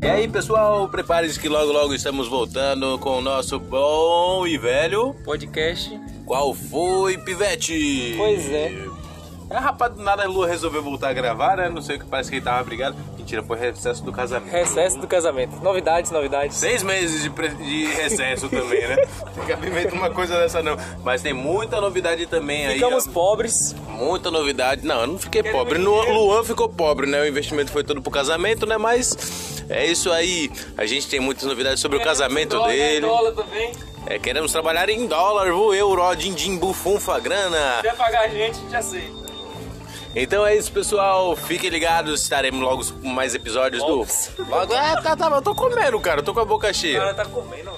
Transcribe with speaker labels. Speaker 1: E aí, pessoal, prepare-se que logo, logo estamos voltando com o nosso bom e velho.
Speaker 2: Podcast.
Speaker 1: Qual foi, Pivete?
Speaker 2: Pois é.
Speaker 1: É, rapaz, do nada a Lu resolveu voltar a gravar, né? Não sei o que parece que ele tava brigado. Mentira, foi recesso do casamento.
Speaker 2: Recesso do casamento. Novidades, novidades.
Speaker 1: Seis meses de, pre- de recesso também, né? Não Fica inventando uma coisa dessa, não. Mas tem muita novidade também
Speaker 2: Ficamos
Speaker 1: aí. ó.
Speaker 2: pobres.
Speaker 1: Muita novidade. Não, eu não fiquei pobre. No, Luan ficou pobre, né? O investimento foi todo pro casamento, né? Mas é isso aí. A gente tem muitas novidades sobre o casamento
Speaker 2: né?
Speaker 1: dele.
Speaker 2: também.
Speaker 1: É, queremos trabalhar em dólar, voo, euro, din, din, bufunfa, grana.
Speaker 2: Quer pagar a gente, já sei.
Speaker 1: Então é isso, pessoal. Fiquem ligados, estaremos logo com mais episódios
Speaker 2: Logo.
Speaker 1: do. Logo. Ah, tá, tá, eu tô comendo, cara. Eu tô com a boca
Speaker 2: O
Speaker 1: cheia.
Speaker 2: cara tá comendo.